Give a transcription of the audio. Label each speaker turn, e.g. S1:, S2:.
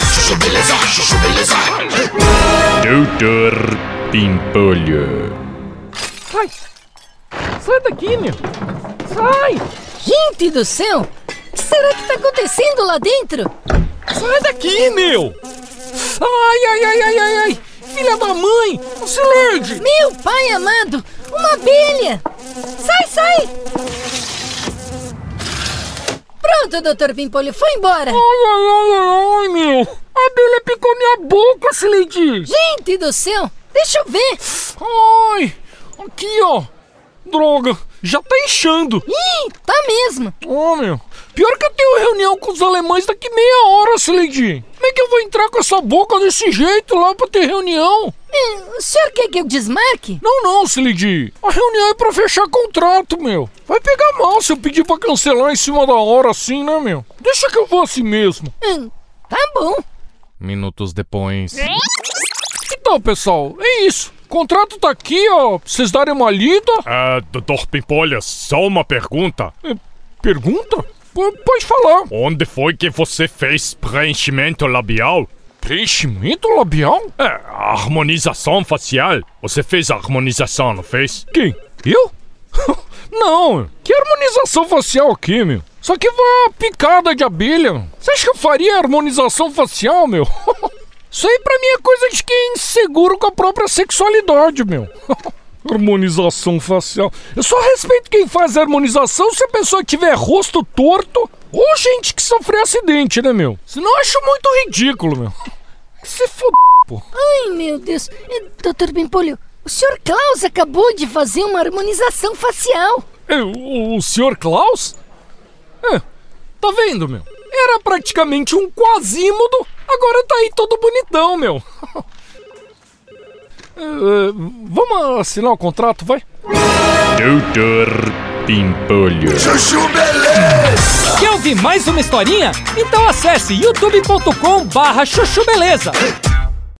S1: Chuchu-beleza, chuchu-beleza.
S2: Doutor Pimpolho.
S3: Sai! Sai daqui, meu! Sai!
S4: Gente do céu! O que será que tá acontecendo lá dentro?
S3: Sai daqui, meu! Ai, ai, ai, ai, ai, ai! Filha da mãe! Não se lerde!
S4: Meu pai amado! Uma abelha! Sai, sai! Pronto, doutor Pimpolho, foi embora!
S3: Ai, ai, ai, ai, ai, meu! A abelha picou minha boca, Sleidy!
S4: Gente do céu! Deixa eu ver!
S3: Ai! Aqui, ó! Droga! Já tá inchando!
S4: Ih, tá mesmo!
S3: Ô, meu! Pior que eu tenho reunião com os alemães daqui meia hora, Sleidy! Como é que eu vou entrar com essa boca desse jeito lá pra ter reunião?
S4: Eh, O senhor quer que eu desmarque?
S3: Não, não, Slidy. A reunião é pra fechar contrato, meu. Vai pegar mal se eu pedir pra cancelar em cima da hora assim, né, meu? Deixa que eu vou assim mesmo.
S4: Hum, tá bom!
S2: Minutos depois.
S3: Então, pessoal, é isso. O contrato tá aqui, ó, pra vocês darem uma lida.
S2: Ah, doutor Pimpolho, só uma pergunta.
S3: É, Pergunta? P- pode falar.
S2: Onde foi que você fez preenchimento labial?
S3: Preenchimento labial?
S2: É, harmonização facial. Você fez a harmonização, não fez?
S3: Quem? Eu? não, que harmonização facial aqui, meu? Isso aqui foi uma picada de abelha. Você acha que eu faria harmonização facial, meu? Isso aí pra mim é coisa de quem é inseguro com a própria sexualidade, meu. harmonização facial. Eu só respeito quem faz harmonização se a pessoa tiver rosto torto ou gente que sofreu acidente, né, meu? Senão eu acho muito ridículo, meu. Se foda, pô.
S4: Ai, meu Deus! Eh, Doutor Pimpolho, o senhor Klaus acabou de fazer uma harmonização facial!
S3: É, o, o senhor Klaus? É, tá vendo, meu? Era praticamente um quasímodo, agora tá aí todo bonitão, meu. É, é, vamos assinar o contrato, vai?
S2: Doutor Pimpolho.
S1: Chuchu-beleza.
S5: Quer ouvir mais uma historinha? Então acesse youtube.com barra chuchu beleza.